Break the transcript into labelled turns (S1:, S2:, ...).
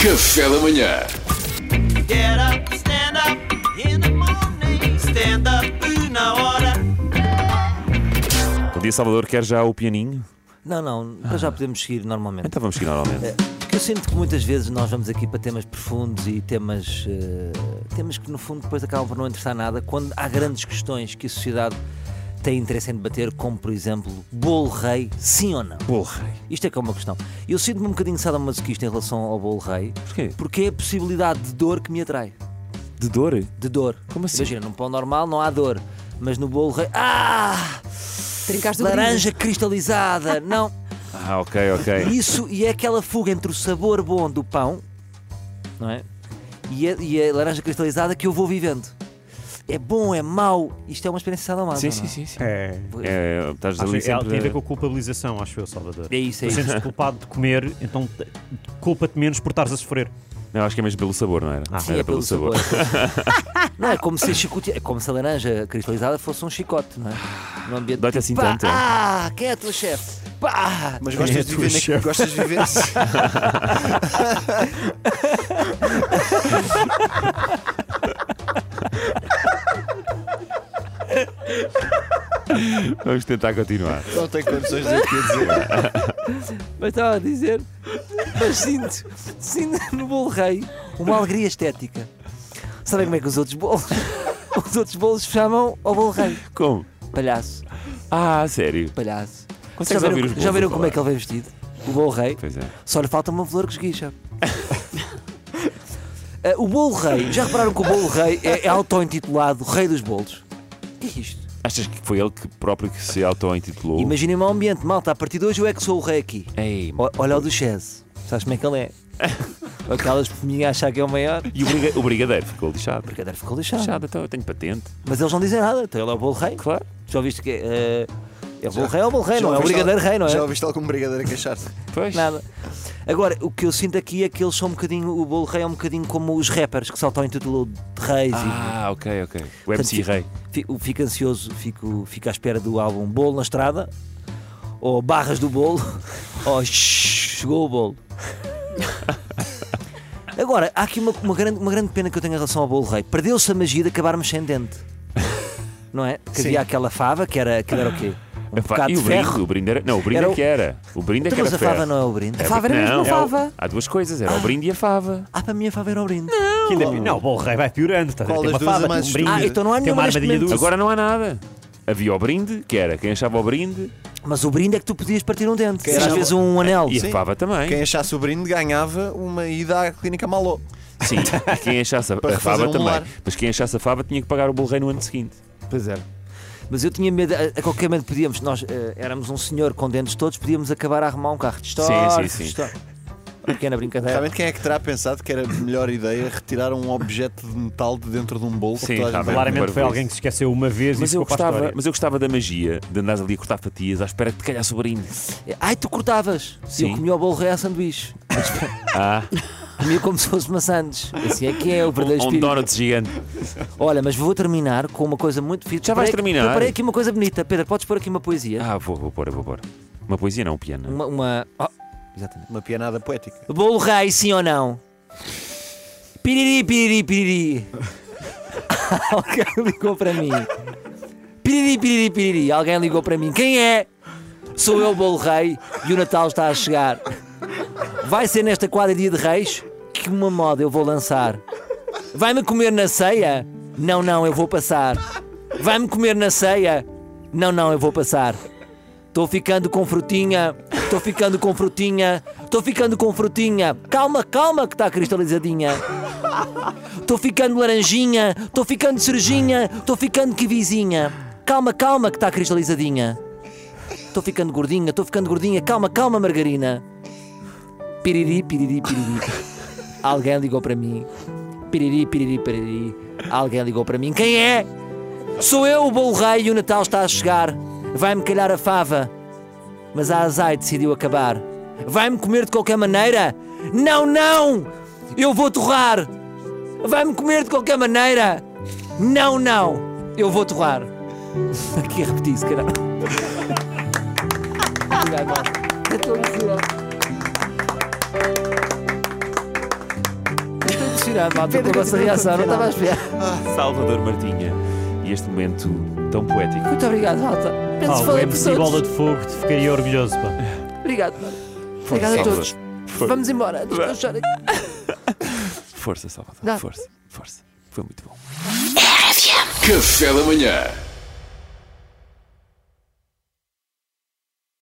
S1: Café da manhã.
S2: Get up, stand up in the morning. Stand up na hora.
S3: Bom dia, Salvador. Quer já o pianinho?
S4: Não, não, nós já podemos seguir normalmente.
S3: Ah.
S4: Eh,
S3: Então vamos seguir normalmente.
S4: Porque eu sinto que muitas vezes nós vamos aqui para temas profundos e temas, eh, temas que no fundo depois acabam por não interessar nada, quando há grandes questões que a sociedade tem interesse em debater, como por exemplo, bolo rei, sim ou não?
S3: Porra.
S4: Isto é que é uma questão. Eu sinto-me um bocadinho sadomasoquista em relação ao bolo rei,
S3: Porquê?
S4: porque é a possibilidade de dor que me atrai.
S3: De dor?
S4: De dor.
S3: Como assim?
S4: Imagina, num pão normal não há dor, mas no bolo rei. Ah!
S5: Trincaste o
S4: Laranja cristalizada! Não!
S3: Ah, ok, ok.
S4: Isso e é aquela fuga entre o sabor bom do pão, não é? E a, e a laranja cristalizada que eu vou vivendo. É bom, é mau, isto é uma experiência sadomada.
S3: Sim,
S4: não
S3: sim,
S4: é?
S3: sim. sim.
S6: É.
S3: É, estás
S6: Acho
S3: ali
S6: que é-
S3: sempre...
S6: tem a ver com a culpabilização, acho eu, Salvador.
S4: É isso, é
S6: Tu
S4: isso.
S6: sentes culpado de comer, então te- culpa-te menos por estares a sofrer.
S3: Não, acho que é mesmo pelo sabor, não era?
S6: Ah,
S4: Sim,
S3: era
S4: é pelo sabor. não é como se a chicote- é como se a laranja cristalizada fosse um chicote, não é? No ambiente
S3: Dói-te assim
S4: Pá,
S3: tanto?
S4: Ah, quem é a tua chefe? Pá!
S7: Mas gostas,
S3: É
S7: de viver na... gostas de viver.
S3: Vamos tentar continuar.
S7: Não tenho condições de dizer.
S4: Mas estava a dizer, mas sinto, sinto no bolo rei uma alegria estética. Sabem como é que os outros bolos, os outros bolos chamam ao bolo rei?
S3: Como?
S4: Palhaço,
S3: Ah, sério?
S4: palhaço.
S3: Consegues
S4: Já viram,
S3: ouvir os bolos
S4: já viram
S3: a
S4: como é
S3: falar?
S4: que ele vem vestido? O bolo rei?
S3: Pois é.
S4: Só lhe falta uma flor que esguicha. Ah, o bolo rei, já repararam que o bolo rei é, é auto-intitulado Rei dos Bolos? O que é isto?
S3: Achas que foi ele que próprio que se auto-intitulou?
S4: Imaginem-me ao ambiente, malta, a partir de hoje eu é que sou o rei aqui.
S3: Ei,
S4: O- Olha o do Chese, sabes como é que ele é? Aquelas peninhas a achar que é o maior.
S3: E o, briga- o brigadeiro ficou lixado.
S4: O cadeiro ficou lixado.
S3: Lixado, então eu tenho patente.
S4: Mas eles não dizem nada, então ele é o bolo rei.
S3: Claro.
S4: Já ouviste que é. eh, é o bolo rei, é o bolo rei, não é o brigadeiro rei, não é?
S7: Já ouviste algum brigadeiro a queixar-se?
S3: Pois.
S4: Nada. Agora, o que eu sinto aqui é que eles são um bocadinho. O bolo rei é um bocadinho como os rappers que se auto-intitulam de reis
S3: Ah, ok, ok. O
S4: e.
S3: MC
S4: Portanto,
S3: Rei.
S4: fi- Fico, fico ansioso, fico, fico à espera do álbum Bolo na Estrada, ou Barras do Bolo, ou Shhh, Chegou o Bolo. Agora, há aqui uma, uma grande, uma grande pena que eu tenho em relação ao Bolo Rei. Perdeu-se a magia de acabarmos sem dente. Não é? Que havia aquela fava que era, aquilo era o quê? Um
S3: Epá,
S4: bocado
S3: e o
S4: de ferro.
S3: brinde? O brinde era... Não, o brinde
S4: Era
S3: é
S4: o-
S3: que era. O brinde é
S4: Então,
S3: que era
S4: mas a fava
S3: ferro.
S4: não é o brinde.
S3: É,
S5: A fava era
S3: não,
S5: mesmo a
S3: é o-
S5: fava.
S3: Há duas coisas, era o brinde e a fava.
S4: Ah, para mim a fava era o brinde.
S6: Que ainda é pi- Não, o bolo rei vai piorando. estás a ver?
S7: Qual
S6: Tem uma
S7: das duas é
S6: fava,
S7: mais
S6: tem um brinde,
S4: Ah, então não há
S6: tem uma
S4: nenhuma neste
S6: armadilha
S4: momento.
S6: doce.
S3: Agora não há nada. Havia o brinde, que era quem achava o brinde,
S4: Mas o brinde é que tu podias partir um dente.
S7: Quem
S4: Era às
S7: não-
S4: vezes um anel.
S3: e a
S7: Oh, Sim.
S3: fava também.
S7: Quem achasse o brinde ganhava uma ida à clínica Malô.
S3: Sim, e quem achasse a,
S7: Para
S3: a fava
S7: refazer um
S3: também.
S7: molar.
S3: Mas quem achasse a fava tinha que pagar o bolo rei no ano seguinte.
S7: Pois é.
S4: Mas eu tinha medo, a, a qualquer momento podíamos, nós eh, éramos um senhor com dentes todos, podíamos acabar a arrumar um carro de história.
S3: Sim, sim, sim.
S4: Pequena brincadeira.
S7: Realmente quem é que terá pensado que era a melhor ideia retirar um objeto de metal de dentro de um bolo?
S3: Sim,
S7: para toda a gente
S3: realmente.
S7: ver?
S6: Ah, Claramente foi
S3: barbaridade.
S6: alguém que se esqueceu uma vez e
S3: Mas eu,
S6: ficou para a
S3: gostava,
S6: história.
S3: mas eu gostava da magia de andares ali a cortar fatias à espera que te calhasse o brinde.
S4: É, Ai, tu cortavas.
S3: Sim.
S4: Eu comia o bolo rei a sanduíche.
S3: Ah,
S4: Comia como se fosse maçãs. Assim é que é o verdadeiro
S3: um, um
S4: espírito.
S3: donut gigante.
S4: Olha, mas vou terminar com uma coisa muito fixe.
S3: Já vais
S4: Preparei-
S3: terminar?
S4: Preparei aqui uma coisa bonita. Pedro, podes pôr aqui uma poesia?
S3: Ah, vou, vou pôr, vou pôr. Uma poesia não, um piano.
S4: Uma. uma... Oh, exatamente.
S7: Uma pianada poética.
S4: Bolo rei, sim ou não? Piriri, piriri, piriri. Alguém ligou para mim. Piriri, piriri, piriri. Alguém ligou para mim. Quem é? Sou eu, Bolo Rei, e o Natal está a chegar. Vai ser nesta quadra dia de reis que uma moda eu vou lançar. Vai-me comer na ceia? Não, não, eu vou passar. Vai-me comer na ceia? Não, não, eu vou passar. Estou ficando com frutinha, estou ficando com frutinha, estou ficando com frutinha. Calma, calma que está cristalizadinha. Estou ficando laranjinha, estou ficando cerejinha, estou ficando kiwizinha. Calma, calma que está cristalizadinha. Estou ficando gordinha, estou ficando gordinha. Calma, calma, margarina. Piriri, piriri, piriri. Alguém ligou para mim. Piriri, piriri, piriri. Alguém ligou para mim. Quem é? Sou eu, o bolo rei, e o Natal está a chegar. Vai-me calhar a fava. Mas a azai decidiu acabar. Vai-me comer de qualquer maneira? Não, não! Eu vou torrar! Vai-me comer de qualquer maneira? Não, não! Eu vou torrar. Aqui a repetir, se calhar. Obrigado, Vasco. Da tua felicidade. impressionado, malta, com a vossa reação. Não estava a esperar.
S3: Salvador Martinha. E este momento tão poético.
S4: Muito obrigado, malta.
S6: Ah,
S4: Penso que
S6: o
S4: falei
S6: MC
S4: por
S6: Bola
S4: todos.
S6: de Fogo te ficaria orgulhoso, pá.
S4: Obrigado, malta. Obrigado a
S3: Salva.
S4: todos.
S3: Foi.
S4: Vamos embora. Deixa eu chorar aqui.
S3: Força, Salvador.
S4: Dá.
S3: Força, força. Foi muito bom.
S1: Café da Manhã